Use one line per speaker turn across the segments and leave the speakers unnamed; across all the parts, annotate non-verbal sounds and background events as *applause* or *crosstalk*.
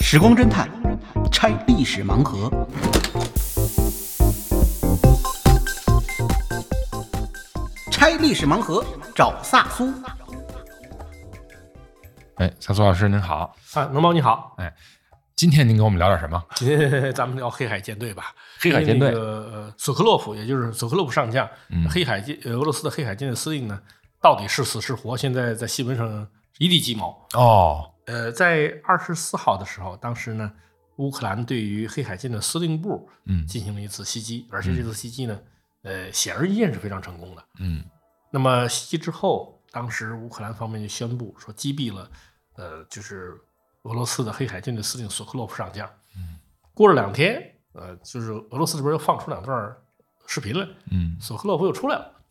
时光侦探拆历史盲盒。拆历史盲盒，找萨苏。
哎，小苏老师您好，
啊，农猫你好，
今天您给我们聊点什么？
今天咱们聊黑海舰队吧。
黑海舰队
因为那个呃索科洛夫，也就是索科洛夫上将，
嗯
黑海舰呃俄罗斯的黑海舰队司令呢，到底是死是活？现在在新闻上一地鸡毛。
哦，
呃，在二十四号的时候，当时呢，乌克兰对于黑海舰队司令部
嗯
进行了一次袭击，而且这次袭击呢，呃，显而易见是非常成功的。
嗯
那么袭击之后，当时乌克兰方面就宣布说击毙了，呃，就是俄罗斯的黑海舰队司令索科洛夫上将。
嗯，
过了两天，呃，就是俄罗斯这边又放出两段视频来，
嗯
索科洛夫又出来了。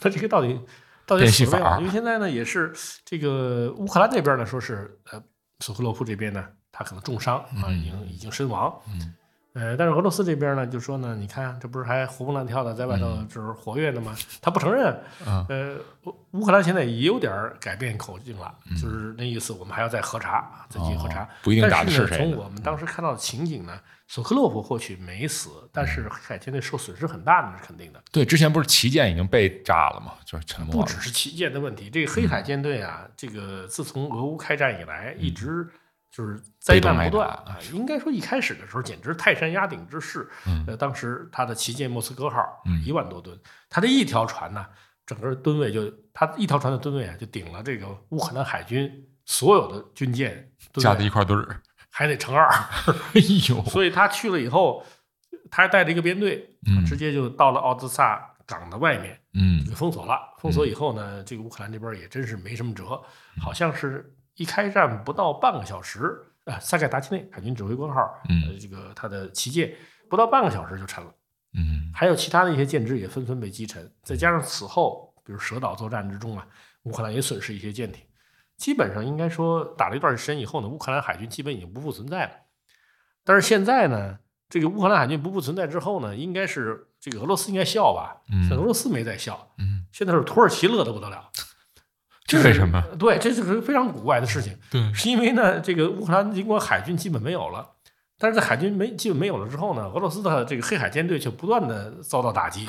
他这个到底到底
变戏
死了没
法
有？因为现在呢，也是这个乌克兰那边呢，说是呃，索科洛夫这边呢，他可能重伤啊，
嗯
已经已经身亡。
嗯
呃，但是俄罗斯这边呢，就说呢，你看这不是还活蹦乱跳的在外头
嗯
就是活跃呢吗？他不承认。
啊
呃，乌乌克兰现在也有点儿改变口径了，
嗯
就是那意思，我们还要再核查，再去核查。
哦不一定打的
但是
是
呢
谁嗯
从
的
我们当时看到的情景呢，索科洛夫或许没死，但
嗯
是黑海舰队受损失很大，那是肯定的。
对，之前不是旗舰已经被炸了吗？就是沉
不
没了
只。是旗舰的问题，这个黑海舰队啊，这个自从俄乌开战以来，一直就是灾难
嗯被
不断
动挨打
啊。应该说一开始的时候，简直泰山压顶之势。
嗯
呃，当时他的旗舰莫斯科号
嗯
一万多吨，他这一条船呢，整个吨位就他一条船的吨位啊，就顶了这个乌克兰海军所有的军舰吨
架在
位，
一块堆儿，
还得乘二。 *laughs*
哎呦，
所以他去了以后，他还带着一个编队，
嗯
直接就到了奥德萨港的外面。
嗯
给封锁了。封锁以后呢，这个乌克兰这边也真是没什么辙，好像是一开战不到半个小时，啊，萨盖达奇内海军指挥官号，
嗯
呃，这个他的旗舰不到半个小时就沉了，
嗯
还有其他的一些舰只也纷纷被击沉。再加上此后，比如蛇岛作战之中啊，乌克兰也损失一些舰艇。基本上应该说，打了一段时间以后呢，乌克兰海军基本已经不复存在了。但是现在呢，这个乌克兰海军不复存在之后呢，应该是这个俄罗斯应该笑吧？
嗯
但俄罗斯没在笑，
嗯，
现在是土耳其乐得不得了。
这
是
为什么？？
对，这是个非常古怪的事情，
对，
是因为呢，这个乌克兰尽管海军基本没有了，但是在海军没基本没有了之后呢，俄罗斯的这个黑海舰队却不断的遭到
*laughs*
打击，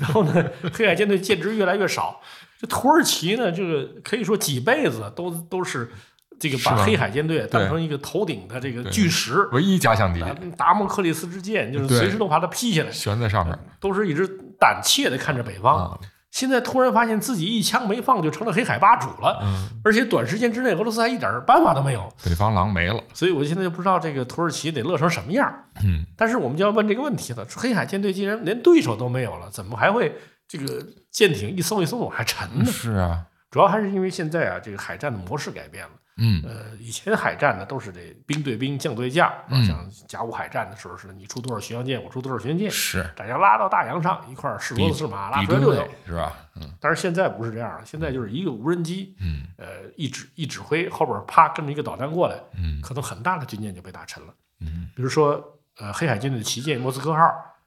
然后呢，黑海舰队舰值越来越少。这土耳其呢，这个可以说几辈子都都是这个
是吧
把黑海舰队当成一个头顶的这个巨石，
唯一假想敌
达达摩克里斯之剑，就是
对
随时都把它劈下来，
悬在上面
都是一直胆怯的看着北方。
啊，
现在突然发现自己一枪没放就成了黑海霸主了，
嗯，
而且短时间之内俄罗斯还一点办法都没有，
北方狼没了，
所以我现在就不知道这个土耳其得乐成什么样。
嗯，
但是我们就要问这个问题了：黑海舰队既然连对手都没有了，怎么还会这个舰艇一艘一艘往下沉呢？
是啊，
主要还是因为现在啊，这个海战的模式改变了。
嗯
呃，以前海战呢都是这兵对兵、将对将，
嗯
像甲午海战的时候是你出多少巡洋舰，我出多少巡洋舰，
是，
大家拉到大洋上一块儿是骡子是马，拉
比
出来
吨
遛遛
位。是吧？嗯
但是现在不是这样了，现在就是一个无人机，
嗯
呃，一指一指挥，后边啪跟着一个导弹过来，
嗯
可能很大的军舰就被打沉了。
嗯
比如说，呃，黑海舰队的旗舰莫斯科号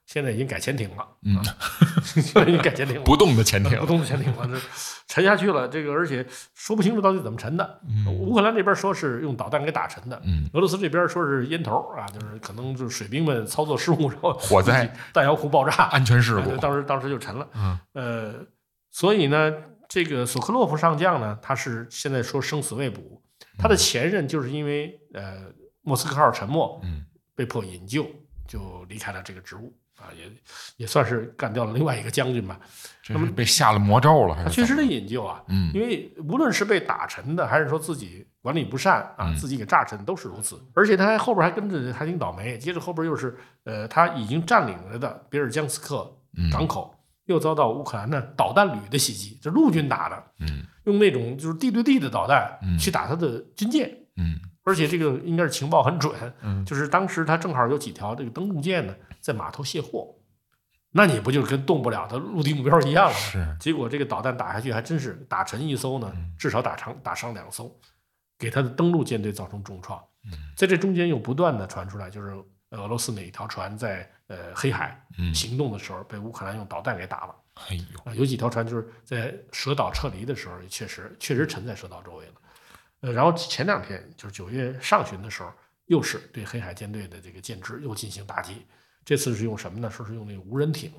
现在已经改潜艇了， *laughs*
嗯，
现在已经改潜艇了，
不动的潜艇
不，动潜艇了，这沉下去了。这个而且说不清楚到底怎么沉的。乌克兰这边说是用导弹给打沉的，
嗯，
俄罗斯这边说是烟头啊，就是可能就是水兵们操作失误，然后
火灾、
*laughs* 弹药库爆炸，
安全事
哎
故，
当时当时就沉了。
嗯
呃，所以呢，这个索科洛夫上将呢，他是现在说生死未卜，
嗯
他的前任就是因为呃莫斯科号沉没
嗯
被迫引咎，就离开了这个职务啊，也也算是干掉了另外一个将军吧。
这是被下了魔咒了，还
他
是
确
怎嗯
实得引咎啊，
么，
因为无论是被打沉的，还是说自己管理不善啊
嗯，
自己给炸沉，都是如此。而且他还后边还跟着还挺倒霉，接着后边又是呃他已经占领了的别尔江斯克
嗯
港
嗯
口，又遭到乌克兰的导弹旅的袭击，这陆军打的，
嗯
用那种就是地对地的导弹
嗯
去打他的军舰，
嗯
而且这个应该是情报很准，
嗯
就是当时他正好有几条这个登陆舰呢在码头卸货，那你不就跟动不了的陆地目标一样了吗？
是，
结果这个导弹打下去还真是打沉一艘呢
嗯，
至少打伤打伤两艘，给他的登陆舰队造成重创
嗯。
在这中间又不断的传出来，就是呃俄罗斯哪一条船在呃黑海
嗯，
行动的时候被乌克兰用导弹给打了。
哎呦，
啊，有几条船就是在蛇岛撤离的时候，也确实确实沉在蛇岛周围了。呃，然后前两天就是九月上旬的时候，又是对黑海舰队的这个舰只又进行打击。这次是用什么呢？说是用那个无人艇，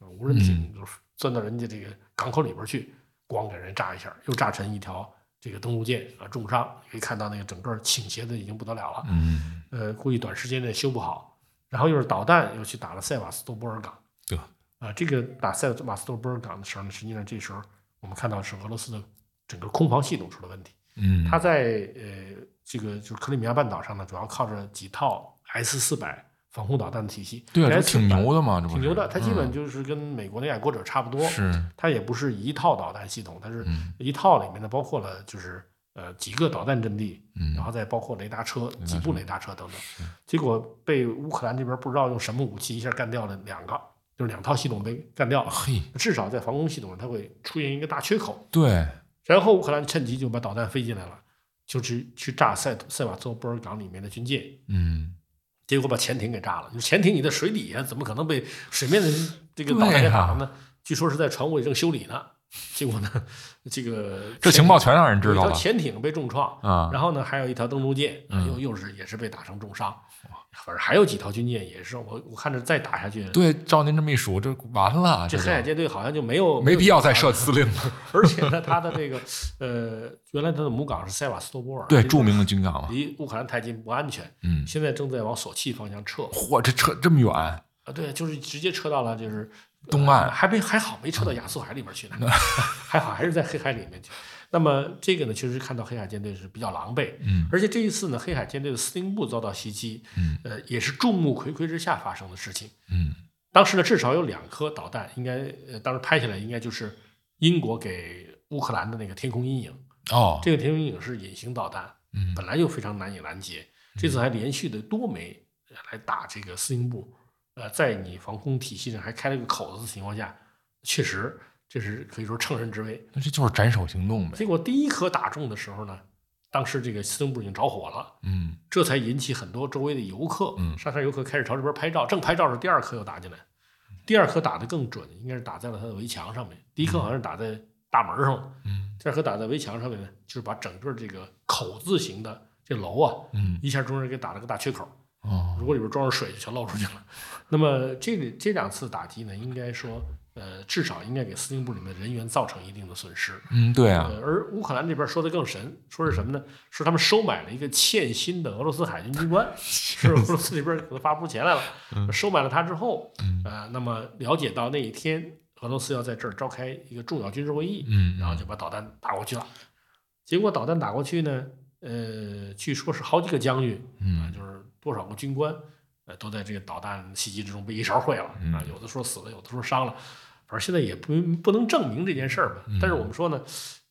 啊无人艇就是钻到人家这个港口里边去，咣给人炸一下，又炸沉一条这个登陆舰啊，重伤。可以看到那个整个倾斜的已经不得了了。
嗯，
呃，估计短时间内修不好。然后又是导弹，又去打了塞瓦斯托波尔港。
对
啊、这个打塞瓦斯托波尔港的时候呢，实际上这时候我们看到是俄罗斯的整个空防系统出了问题。
嗯，
它在呃这个就是克里米亚半岛上呢，主要靠着几套 S 四百防空导弹的体系。
对啊，这不
S
挺牛的嘛，这不
挺
是
牛的，它基本
嗯
就是跟美国的爱国者差不多。
是
它也不是一套导弹系统，它是
嗯
一套里面呢包括了就是呃几个导弹阵地，然
嗯
后再包括雷达车、几部雷达车等等，结果被乌克兰这边不知道用什么武器一下干掉了两个，就是两套系统被干掉了。
嘿，
至少在防空系统上，它会出现一个大缺口。
对，
然后乌克兰趁机就把导弹飞进来了，就去去炸塞塞瓦斯托波尔港里面的军舰，
嗯，
结果把潜艇给炸了。你潜艇你在水底下，怎么可能被水面的这个导弹给
啊
打了呢？据说是在船坞也正修理呢。结果呢，这个
这情报全让人知道
有一
了
条潜艇被重创，
啊，嗯
然后呢，还有一条登陆舰，啊又又是也是被打成重伤，反正还有几条军舰也是，我我看着再打下去，
对，照您这么一数，这完了，啊
这
这
黑海
就
舰队好像就没有
没必要再设司令了。
*laughs* 而且呢，它的这个呃，原来它的母港是塞瓦斯托波尔，
对，
离
著名的军港嘛，
离乌克兰太近不安全，
嗯，
现在正在往索契方向撤，
嚯，这撤这么远，
啊，对，就是直接撤到了就是
东岸
还没还好没撤到亚速海里面去
嗯
呢， *laughs* 还好还是在黑海里面去。那么这个呢，确实看到黑海舰队是比较狼狈，
嗯
而且这一次呢，黑海舰队的司令部遭到袭击，
嗯
呃，也是众目睽睽之下发生的事情。
嗯，
当时呢，至少有两颗导弹，应该呃，当时拍下来应该就是英国给乌克兰的那个天空阴影。
哦，
这个天空阴影是隐形导弹，
嗯
本来就非常难以拦截，这次还连续的多枚呃来打这个司令部，呃，在你防空体系上还开了个口子的情况下，确实这是可以说乘人之危。
那这就是斩首行动呗，
结果第一颗打中的时候呢，当时这个司令部已经着火了。
嗯，
这才引起很多周围的游客，
嗯
上山游客开始朝这边拍照，正拍照时，第二颗又打进来，第二颗打得更准，应该是打在了它的围墙上面，第一颗好像是打在大门上了，
嗯
第二颗打在围墙上面呢，就是把整个这个口字形的这楼啊，
嗯，
一下中间给打了个大缺口，
哦，
如果里边装着水就全漏出去了。那么这里这两次打击呢，应该说，呃，至少应该给司令部里面的人员造成一定的损失，
嗯，对啊，
呃，而乌克兰这边说的更神，说是什么呢？说他们收买了一个欠薪的俄罗斯海军
*laughs*
军官，是俄罗斯这边可能发不出钱来了，
嗯
收买了他之后，呃，那么了解到那一天俄罗斯要在这儿召开一个重要军事会议，
嗯，
然后就把导弹打过去了。结果导弹打过去呢，呃，据说是好几个疆域，啊，
嗯
就是多少个军官，呃，都在这个导弹袭击之中被一勺烩了
嗯
啊，有的说死了，有的说伤了，反正现在也不不能证明这件事儿吧。
嗯
但是我们说呢，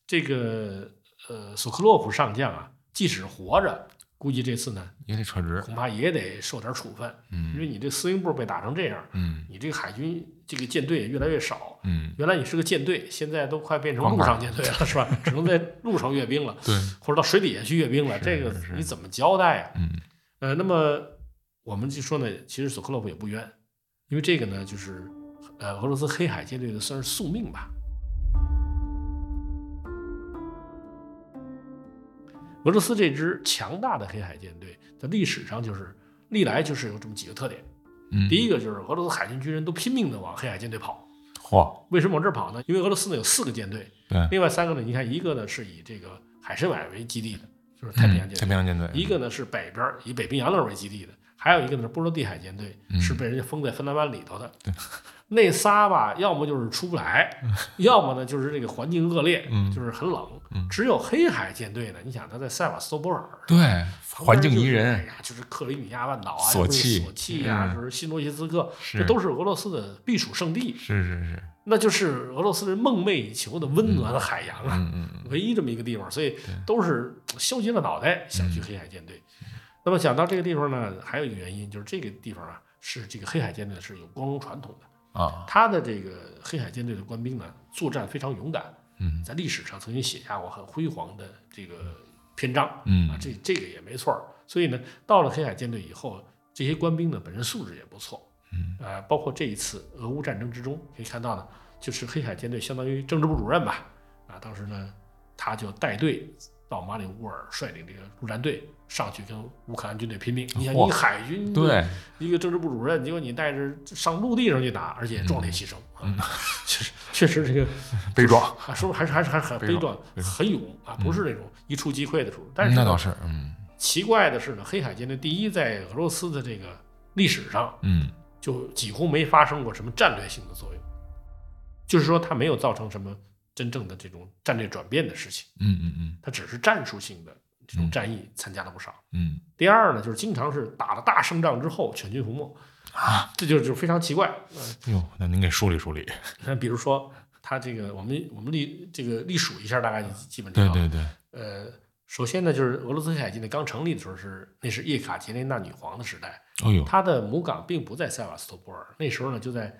这个呃，索科洛夫上将啊，即使活着，估计这次呢，
也得撤职，
恐怕也得受点处分，因为你这司令部被打成这样，
嗯
你这个海军这个舰队也越来越少。
嗯，
原来你是个舰队，现在都快变成
光
陆
杆
上舰队了，是吧？只能在路上阅兵了，
对，
或者到水底下去阅兵了，
是
这个
是
你怎么交代啊？
嗯
呃，那么我们就说呢，其实索科洛夫也不冤，因为这个呢，就是呃俄罗斯黑海舰队的算是宿命吧。俄罗斯这支强大的黑海舰队，在历史上就是历来就是有这么几个特点。
嗯，
第一个就是俄罗斯海军军人都拼命的往黑海舰队跑，
嚯，
为什么往这儿跑呢？因为俄罗斯呢有四个舰队，
对，
另外三个呢，你看一个呢是以这个海参崴为基地的，就是太平洋舰
嗯
队
太。平洋舰队，
一个呢是北边儿以北冰洋那儿为基地的，还有一个呢是波罗的海舰队，
嗯
是被人家封在芬兰湾里头的。 *laughs* 那仨吧，要么就是出不来，要么呢就是这个环境恶劣，
嗯
就是很冷。
嗯
只有黑海舰队呢，你想它在塞瓦斯托波尔，
对，
旁
环
边
境
就
宜
是哎
人，
呀，就是克里米亚半岛啊，
索
又是
契
索契啊，
嗯
就是新罗耶斯克，
是
这都是俄罗斯的避暑胜地，
是是 *laughs* 是，
那就是俄罗斯人梦寐以求的温暖的海洋啊。
嗯嗯嗯，
唯一这么一个地方，所以都是削尖了脑袋想去黑海舰队。那么讲到这个地方呢，还有一个原因就是这个地方啊是这个黑海舰队是有光荣传统的，
啊，
他的这个黑海舰队的官兵呢作战非常勇敢，
嗯
在历史上曾经写下过很辉煌的这个篇章啊
嗯，
这这个也没错儿。所以呢，到了黑海舰队以后，这些官兵呢本身素质也不错，
嗯，
呃，包括这一次俄乌战争之中可以看到呢，就是黑海舰队相当于政治部主任吧，啊，当时呢他就带队到到马里乌尔率领这个陆战队上去跟乌克兰军队拼命。你想，
嚯
一个海军
啊对，
一个政治部主任，结果你带着上陆地上去打，而且壮烈牺牲，
嗯
啊确实确实这个 *laughs*
悲壮，
啊，说还是还是还是很
悲
悲
壮
壮，
悲壮
很勇啊，不是那种一触即溃的时候。但是
那倒是，嗯
奇怪的是呢，黑海舰队第一在俄罗斯的这个历史上
嗯
就几乎没发生过什么战略性的作用，就是说它没有造成什么真正的这种战略转变的事情，
嗯嗯嗯
它只是战术性的这种
嗯
战役参加了不少。
嗯
第二呢，就是经常是打了大胜仗之后全军覆没，
啊，
这就就非常奇怪。呃
嗯哟，那您给梳理梳理，
那比如说，它这个我们我们历这个历数一下，大概基本知
对
道。
对对，
呃，首先呢，就是俄罗斯黑海舰队刚成立的时候是那是叶卡捷琳娜女皇的时代，
哦呦，
她的母港并不在塞瓦斯托波尔，那时候呢就在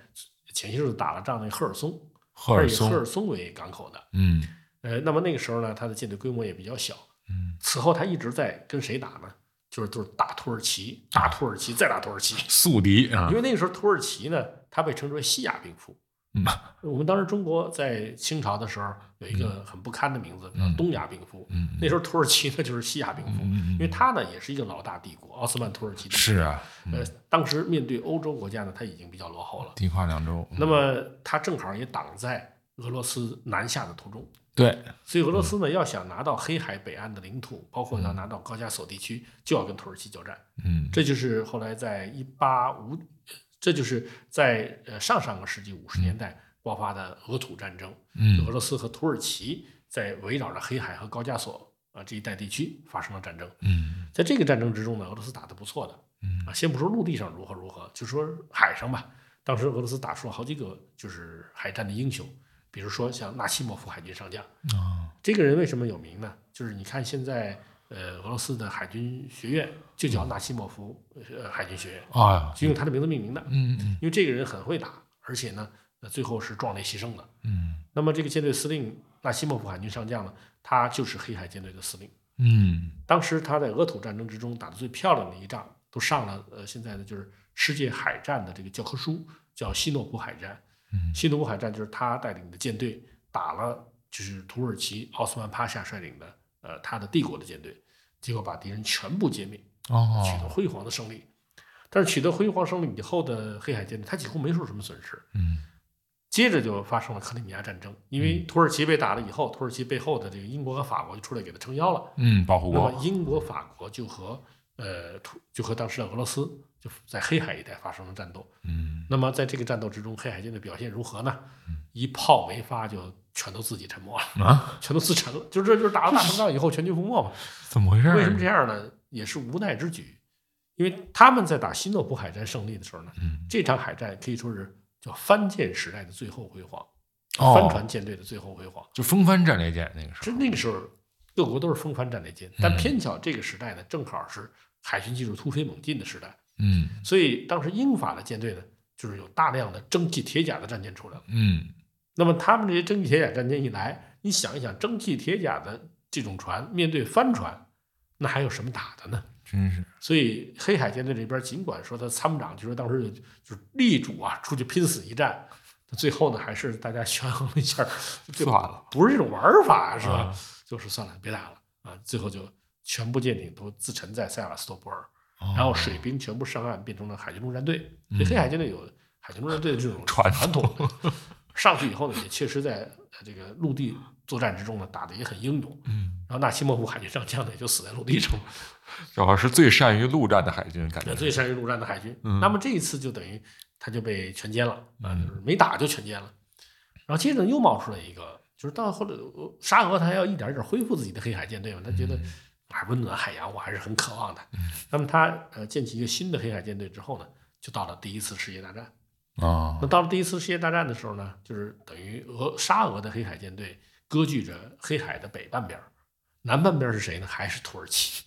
前些日子打了仗的赫尔松，
赫尔
赫
松，
尔松为港口的。
嗯
呃，那么那个时候呢，它的舰队规模也比较小。
嗯，
此后，他一直在跟谁打呢？就是就是打土耳其，打土耳其，再打土耳其。
宿敌啊
因，为那个时候土耳其呢，它被称之为西亚病夫。
嗯
我们当时中国在清朝的时候有一个很不堪的名字，叫
嗯
东亚病夫。
嗯
那时候土耳其呢就是西亚病夫，
嗯
因为它呢也是一个老大帝国，奥斯曼土耳其帝国。
是啊，
呃，当时面对欧洲国家呢，它已经比较落后了。
地跨两嗯周，
那么它正好也挡在俄罗斯南下的途中，
对，
所以俄罗斯呢要想拿到黑海北岸的领土，包括要拿到高加索地区，就要跟土耳其交战。
嗯
这就是后来在一八五，这就是在呃上上个世纪五十年代爆发的俄土战争，
嗯
俄罗斯和土耳其在围绕着黑海和高加索啊、呃这一带地区发生了战争。
嗯
在这个战争之中呢，俄罗斯打得不错的
嗯
啊，先不说陆地上如何如何，就说海上吧。当时俄罗斯打出了好几个就是海战的英雄，比如说像纳西莫夫海军上将，
啊，
这个人为什么有名呢？就是你看现在，呃，俄罗斯的海军学院
嗯
就叫纳西莫夫呃海军学院，
哎呀，
就用他的名字命名的。
嗯嗯
因为这个人很会打，而且呢，呃最后是壮烈牺牲的。
嗯
那么这个舰队司令纳西莫夫海军上将呢，他就是黑海舰队的司令。
嗯
当时他在俄土战争之中打得最漂亮的一仗，都上了呃现在的就是世界海战的这个教科书，叫西诺普海战。
嗯
西诺普海战就是他带领的舰队打了就是土耳其奥斯曼帕夏率领的呃他的帝国的舰队，结果把敌人全部歼灭，取得
哦，
辉煌的胜利。但是取得辉煌胜利以后的黑海舰队，他几乎没受什么损失。
嗯
接着就发生了克里米亚战争，因为土耳其被打了以后，土耳其背后的这个英国和法国就出来给他撑腰了。
嗯，保护
那么
国，
英国、法国就和呃土就和当时的俄罗斯就在黑海一带发生了战斗。
嗯
那么在这个战斗之中，黑海舰队表现如何呢？一炮没发就全都自己沉没了， *laughs*
啊，
全都自沉了，就是这就是打了大胜仗以后全军覆没嘛。
怎么回事？
为什么这样呢？也是无奈之举，因为他们在打西诺普海战胜利的时候呢，
嗯
这场海战可以说是叫帆舰时代的最后辉煌，
哦
帆船舰队的最后辉煌。
就风帆战列舰那个时
其
候
实，那个时候各国都是风帆战列舰，但偏巧这个时代呢，正好是海军技术突飞猛进的时代，
嗯
所以当时英法的舰队呢，就是有大量的蒸汽铁甲的战舰出来了。
嗯
那么他们这些蒸汽铁甲战舰一来，你想一想，蒸汽铁甲的这种船面对帆船，那还有什么打的呢？
真是，
所以黑海舰队这边尽管说他参谋长就说当时就就是力主啊出去拼死一战，最后呢还是大家权衡了一下，就
算了，
不是这种玩儿法是吧？
啊
就是算了，别打了啊！最后就全部舰艇都自沉在塞瓦斯托波尔，然
哦
后水兵全部上岸，变成了海军陆战队。所以黑海舰队有海军陆战队的这种
嗯传
传统，上去以后呢，也确实在呃这个陆地作战之中呢打得也很英勇。
嗯，
然后纳西莫夫海军上将呢也就死在陆地上了。
正好是最善于陆战的海军，感觉
那最善于陆战的海军。
嗯
那么这一次就等于他就被全歼了，啊、
嗯
就是没打就全歼了。然后接着又冒出来一个，就是到后来呃沙俄他要一点一点恢复自己的黑海舰队嘛，他觉
嗯
得啊温暖海洋我还是很渴望的。那么他呃建起一个新的黑海舰队之后呢，就到了第一次世界大战。
啊
那，到了第一次世界大战的时候呢，就是等于俄沙俄的黑海舰队割据着黑海的北半边儿，南半边儿是谁呢？还是土耳其。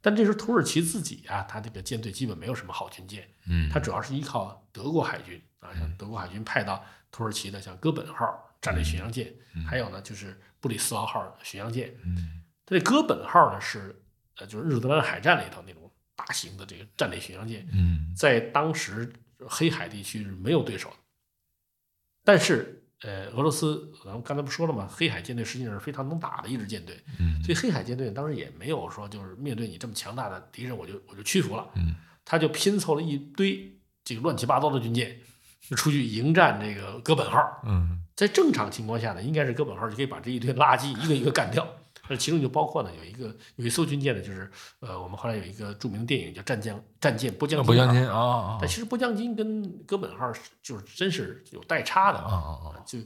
但这时候土耳其自己啊，他这个舰队基本没有什么好军舰，
嗯
它主要是依靠德国海军啊，像德国海军派到土耳其的像哥本号战略巡洋舰，还有呢就是布里斯奥号巡洋舰。
嗯
这哥本号呢是呃就是日德兰海战里头那种大型的这个战略巡洋舰，
嗯
在当时黑海地区是没有对手的。但是呃，俄罗斯，咱们刚才不说了嘛，黑海舰队实际上是非常能打的一支舰队，
嗯
所以黑海舰队当时也没有说就是面对你这么强大的敌人我就我就屈服了，
嗯
他就拼凑了一堆这个乱七八糟的军舰，就出去迎战这个哥本号。
嗯
在正常情况下呢，应该是哥本号就可以把这一堆垃圾一个一个干掉。那其中就包括呢，有一个有一艘军舰呢，就是呃，我们后来有一个著名的电影叫《战将战舰波将
那
金》，
不相亲啊啊
但其实波将金跟哥本号是就是真是有代差的
啊啊啊啊，
就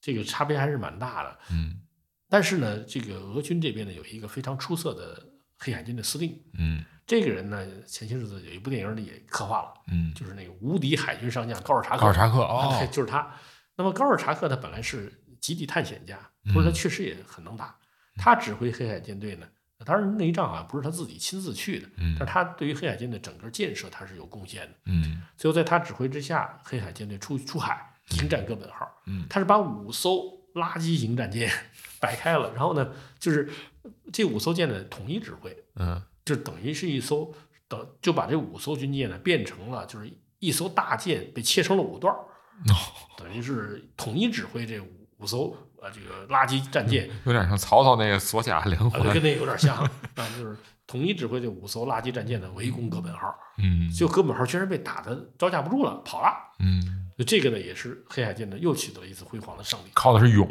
这个差别还是蛮大的。
嗯
但是呢，这个俄军这边呢有一个非常出色的黑海军的司令，
嗯
这个人呢前些日子有一部电影里也刻画了，
嗯，
就是那个无敌海军上将高尔察克。
考察课
啊，
哦，
就是他。那么高尔察克他本来是极地探险家，不
嗯
过他确实也很能打。他指挥黑海舰队呢，当然那一仗好啊像不是他自己亲自去的，
嗯
但是他对于黑海舰队整个建设他是有贡献的。
嗯
最后在他指挥之下，黑海舰队出出海迎战哥本号，
嗯
他是把五艘垃圾迎战舰 *laughs* 摆开了，然后呢，就是这五艘舰的统一指挥，
嗯
就等于是一艘等就把这五艘军舰呢变成了就是一艘大舰被切成了五段儿，
哦
*laughs* 等于是统一指挥这五五艘啊这个垃圾战舰，
有点像曹操那个锁甲连
啊，就
环
跟，那有点像啊，就是统一指挥这五艘垃圾战舰呢围攻哥本号，
嗯
结果哥本号居然被打的招架不住了，跑了。
嗯，
就这个呢，也是黑海舰队又取得了一次辉煌的胜利，
靠的是勇，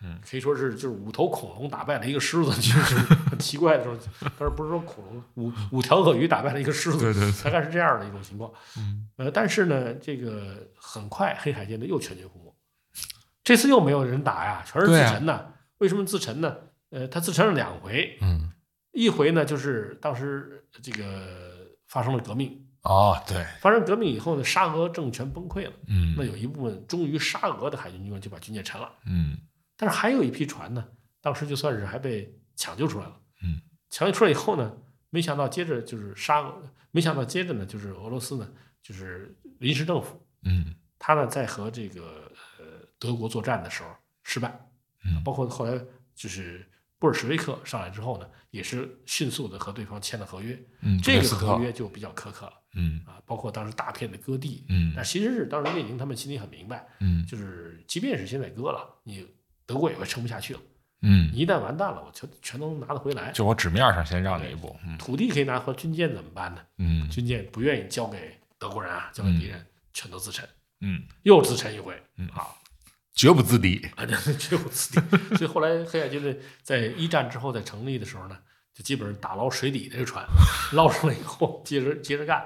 嗯
可以说是就是五头恐龙打败了一个狮子，
*laughs*
就是很奇怪的时候，当时不是说恐龙五五条鳄鱼打败了一个狮子，
对对
大
对，
概是这样的一种情况。
嗯
呃，但是呢，这个很快黑海舰队又全军覆没，这次又没有人打呀，全是自
对啊
沉呐、为什么自沉呢？呃，他自沉了两回，
嗯
一回呢就是当时这个发生了革命，
哦对，
发生革命以后呢，沙俄政权崩溃了，
嗯
那有一部分忠于沙俄的海军军官就把军舰沉了，
嗯
但是还有一批船呢，当时就算是还被抢救出来了。
嗯，
抢救出来以后呢，没想到接着就是沙俄，没想到接着呢就是俄罗斯呢就是临时政府。
嗯
他呢在和这个呃德国作战的时候失败，
嗯
包括后来就是布尔什维克上来之后呢，也是迅速的和对方签了合约，
嗯，
这
布
个
列斯特
合约就比较苛刻了
嗯
啊，包括当时大片的割地，
嗯
但其实是当时列宁他们心里很明白，
嗯
就是即便是现在割了，你德国也快撑不下去了，
嗯，
你一旦完蛋了，我全全都能拿得回来，
就我纸面上先让你一步，嗯
土地可以拿回来，军舰怎么办呢？
嗯
军舰不愿意交给德国人啊，交给敌人，全都自沉，
嗯，
又自沉一回，
嗯
好。
绝不自敌，
啊，对， *laughs* 只有此地。所以后来黑海舰队在一战之后在成立的时候呢，就基本上打捞水底这个船，捞上来以后接着接着干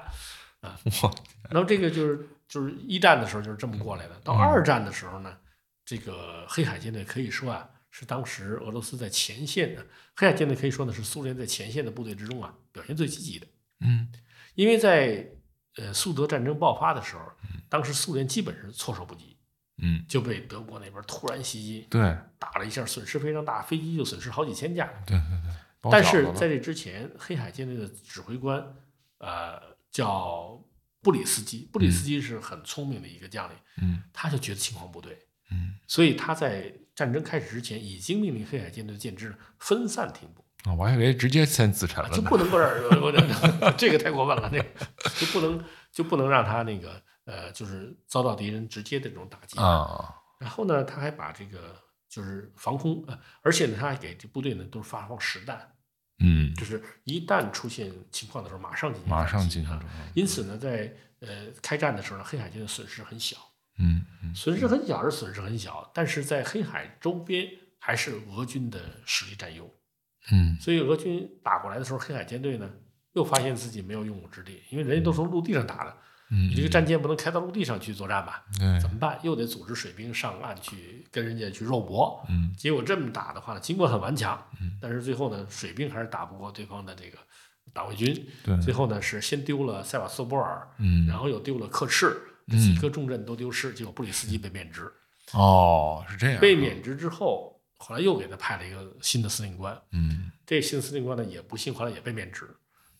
啊。
哇
那么这个就是就是一战的时候就是这么过来的。到二战的时候呢，这个黑海舰队可以说啊是当时俄罗斯在前线的黑海舰队可以说呢是苏联在前线的部队之中啊表现最积极的，
嗯
因为在呃苏德战争爆发的时候，当时苏联基本是措手不及，
嗯，
就被德国那边突然袭击。
对
打了一下，损失非常大，飞机就损失好几千架。
对对对，包
但
饺
是
子
在这之前，黑海舰队的指挥官，呃，叫布里斯基，布里斯基是很聪明的一个将领，
嗯
他就觉得情况不对，
嗯
所以他在战争开始之前已经命令黑海舰队的舰只分散停泊，
啊，我还以为直接先自沉
啊
了
就
呢，
不能够让我我 *laughs* 这个太过分了，这个就不能就不能让他那个呃，就是遭到敌人直接的这种打击
啊，
然后呢，他还把这个就是防空，呃，而且呢，他还给这部队呢都是发放实弹，
嗯，
就是一旦出现情况的时候，马上进行
马上
反击
进行
啊
中。
因此呢，在呃开战的时候呢，黑海军的损失很小，
嗯嗯
损失很小是损失很小，但是在黑海周边还是俄军的实力占优，
嗯
所以俄军打过来的时候，黑海舰队呢又发现自己没有用武之地，因为人家都从陆地上打的，
嗯，
你这个战舰不能开到陆地上去作战吧？
对，
怎么办？又得组织水兵上岸去跟人家去肉搏。
嗯
结果这么打的话呢，尽管很顽强，但是最后呢，水兵还是打不过对方的这个党卫军。
对，
最后呢，是先丢了塞瓦斯托波尔，
嗯
然后又丢了克赤，这几颗重镇都丢失，结果布里斯基被免职。
哦，是这样，
被免职之后，后来又给他派了一个新的司令官。
嗯
这个新司令官呢，也不幸后来也被免职，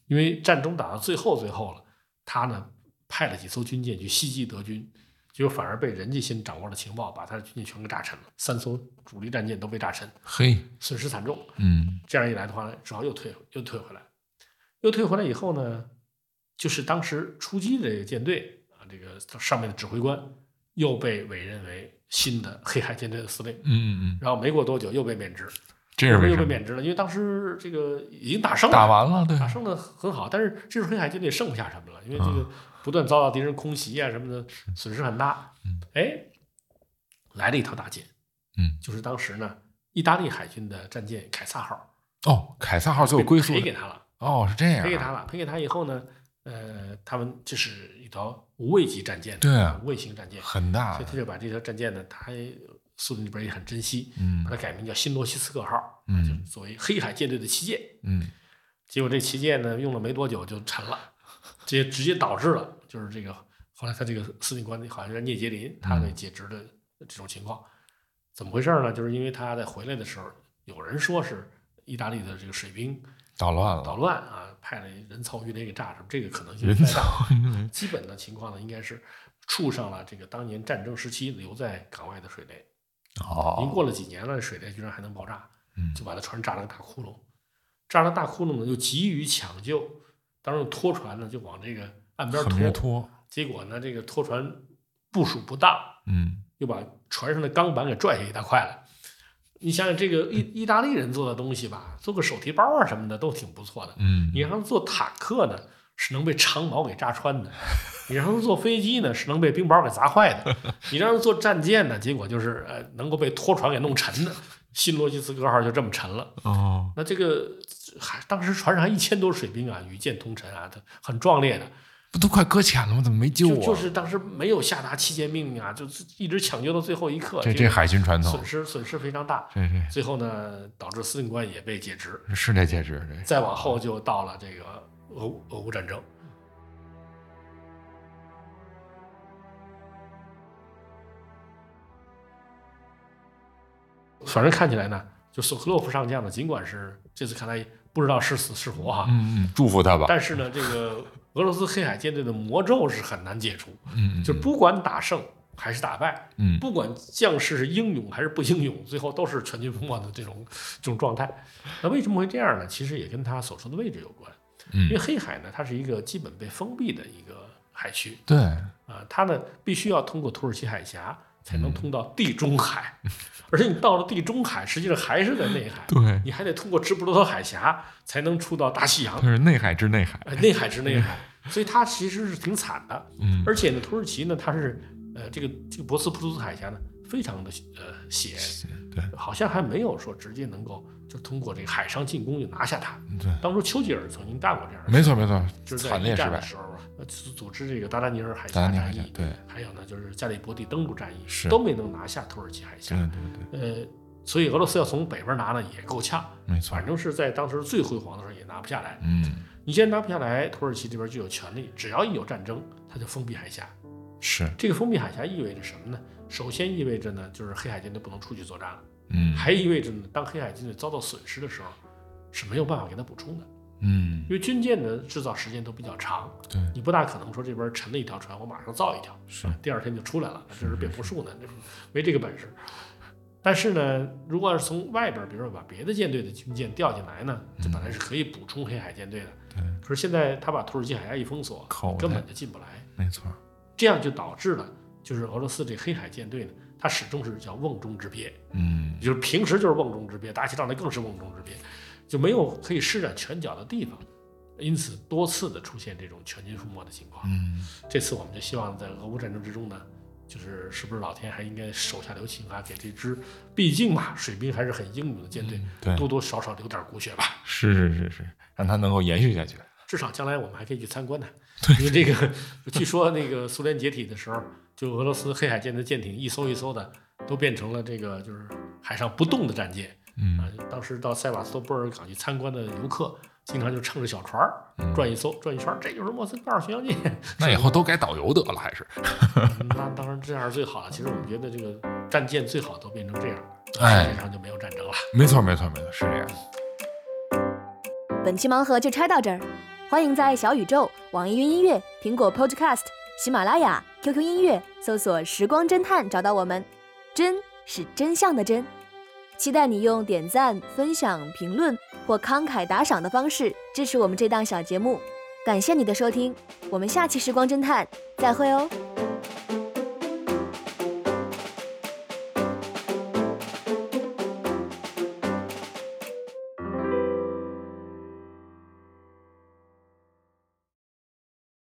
因为战争打到最后最后了，他呢派了几艘军舰去袭击德军，结果反而被人家先掌握了情报，把他的军舰全给炸沉了，三艘主力战舰都被炸沉，
嘿，
损失惨重。
嗯
这样一来的话呢，只好又退又退回来，又退回来以后呢，就是当时出击的这个舰队啊，这个上面的指挥官又被委任为新的黑海舰队的司令，
嗯嗯，
然后没过多久又被免职，
这是为
又
什
被
么？
免职了，因为当时这个已经打胜了，
打完了，对，
打胜的很好，但是这时候黑海舰队剩不下什么了，因为这
嗯
个不断遭到敌人空袭啊什么的，损失很大
嗯。
哎，来了一条大舰，
嗯，
就是当时呢，意大利海军的战舰凯撒号
哦，凯撒号最
被
后归宿
赔
的
给他了，
哦，是这样啊，
赔给他了，赔给他以后呢，呃，他们这是一条无畏级战舰，
对啊
无畏型战舰，
很大
所以，他就把这条战舰呢，他苏联那边也很珍惜，
嗯
把它改名叫新罗西斯克号，就是
嗯
作为黑海舰队的旗舰。
嗯，
结果这旗舰呢，用了没多久就沉了，直接直接导致了就是这个后来他这个司令官好像是聂杰林，他被解职的这种情况，怎么回事呢？就是因为他在回来的时候，有人说是意大利的这个水兵
捣乱
捣
了，
乱啊，派了人操鱼雷给炸什么，这个可能性
人
不太大
造人为
基本的情况呢，应该是触上了这个当年战争时期留在港外的水雷，已
哦，
经过了几年了，水雷居然还能爆炸，
嗯
就把他船炸了个大窟窿。炸了大窟窿呢，就急于抢救，当时拖船呢就往这个岸边
很别
拖，
拖，
结果呢这个拖船部署不当，
嗯
又把船上的钢板给拽下一大块来。你想想这个意意大利人做的东西吧，做个手提包啊什么的都挺不错的，
嗯，
你让他们坐坦克呢，是能被长矛给扎穿的；你让他们坐飞机呢，是能被冰雹给砸坏的；你让他们坐战舰呢，结果就是呃能够被拖船给弄沉的。新罗西斯克号就这么沉了。
哦，
那这个还当时船上还一千多水兵啊，与舰同沉啊，它很壮烈的。
不都快搁浅了吗？怎么没救啊
就
我？
就是当时没有下达期间命令啊，就是一直抢救到最后一刻，
这
这
这
个
海军传统
损，失损失非常大。
这这
最后呢，导致司令官也被解职。
是这戒指，这
再往后就到了这个俄乌俄乌战争。反正看起来呢，就索科洛夫上将呢，尽管是这次看来不知道是死是活啊哈，
嗯嗯，祝福他吧，
但是呢，这个俄罗斯黑海舰队的魔咒是很难解除，
嗯嗯，
就不管打胜还是打败，
嗯
不管将士是英勇还是不英勇，最后都是全军覆没的这种这种状态。那为什么会这样呢？其实也跟他所处的位置有关。因为
嗯，
黑海呢，它是一个基本被封闭的一个海区
对，
啊、它呢必须要通过土耳其海峡才
嗯
能通到地中海，而且你到了地中海，实际上还是在内海，
对，
你还得通过直布罗陀海峡才能出到大西洋
它，是内海之内海，
呃，内海之内海，所以它其实是挺惨的。
嗯，
而且呢，土耳其呢，它是呃这个这个博斯普鲁斯海峡呢，非常的呃险，
对
好像还没有说直接能够就通过这个海上进攻就拿下它。
对，
当初丘吉尔曾经干过这样的事。
没错没错，
就是在
惨烈
一
失
战的
败，
时候啊，呃组组织这个达达尼尔海
达
峡
达尼
战
海峡
役，，
对，
还有呢就是加里伯第登陆战役，
是
都没能拿下土耳其海
对
峡。
对对，
呃，所以俄罗斯要从北边拿呢也够呛，
没错
反，正是在当时最辉煌的时候也拿不下来。
嗯，
你既然拿不下来，土耳其这边就有权利，只要一有战争，他就封闭海峡。
是，
这个封闭海峡意味着什么呢？首先意味着呢，就是黑海舰队不能出去作战了，
嗯
还意味着呢，当黑海舰队遭到损失的时候，是没有办法给他补充的。
嗯
因，为军舰的制造时间都比较长，
对
你不大可能说这边沉了一条船，我马上造一条，
是，
第二天就出来了，这是变魔术呢，这没这个本事。但是呢，如果要是从外边，比如说把别的舰队的军舰调进来呢，这本来是可以补充黑海舰队的，
嗯对
可是现在他把土耳其海峡一封锁
口，袋
根本就进不来，
没错，
这样就导致了就是俄罗斯这黑海舰队呢，它始终是叫瓮中之鳖，
嗯，
就是平时就是瓮中之鳖，打起仗来更是瓮中之鳖，就没有可以施展拳脚的地方，因此多次的出现这种全军覆没的情况。
嗯，
这次我们就希望在俄乌战争之中呢，就是是不是老天还应该手下留情啊，给这支毕竟嘛水兵还是很英勇的舰队，
对，
多多少少流点骨血吧。
是是是是，让它能够延续下去，
至少将来我们还可以去参观呢。因为这个， *laughs* 据说那个苏联解体的时候，就俄罗斯黑海舰的舰艇一艘一艘的都变成了这个就是海上不动的战舰啊
嗯。。
当时到塞瓦斯托波尔港去参观的游客，经常就乘着小船儿转一艘转一圈儿，这就是莫斯科二巡洋舰。
那以后都改导游得了，还是？
那当然这样是最好了。其实我们觉得这个战舰最好都变成这样，
哎
世界上就没有战争了。
没错，没错，没错，是这样。
本期盲盒就拆到这儿，欢迎在小宇宙、网易云音乐、苹果 Podcast、喜马拉雅、QQ 音乐搜索“时光侦探”找到我们。真是真相的真，期待你用点赞、分享、评论或慷慨打赏的方式支持我们这档小节目。感谢你的收听，我们下期《时光侦探》再会哦。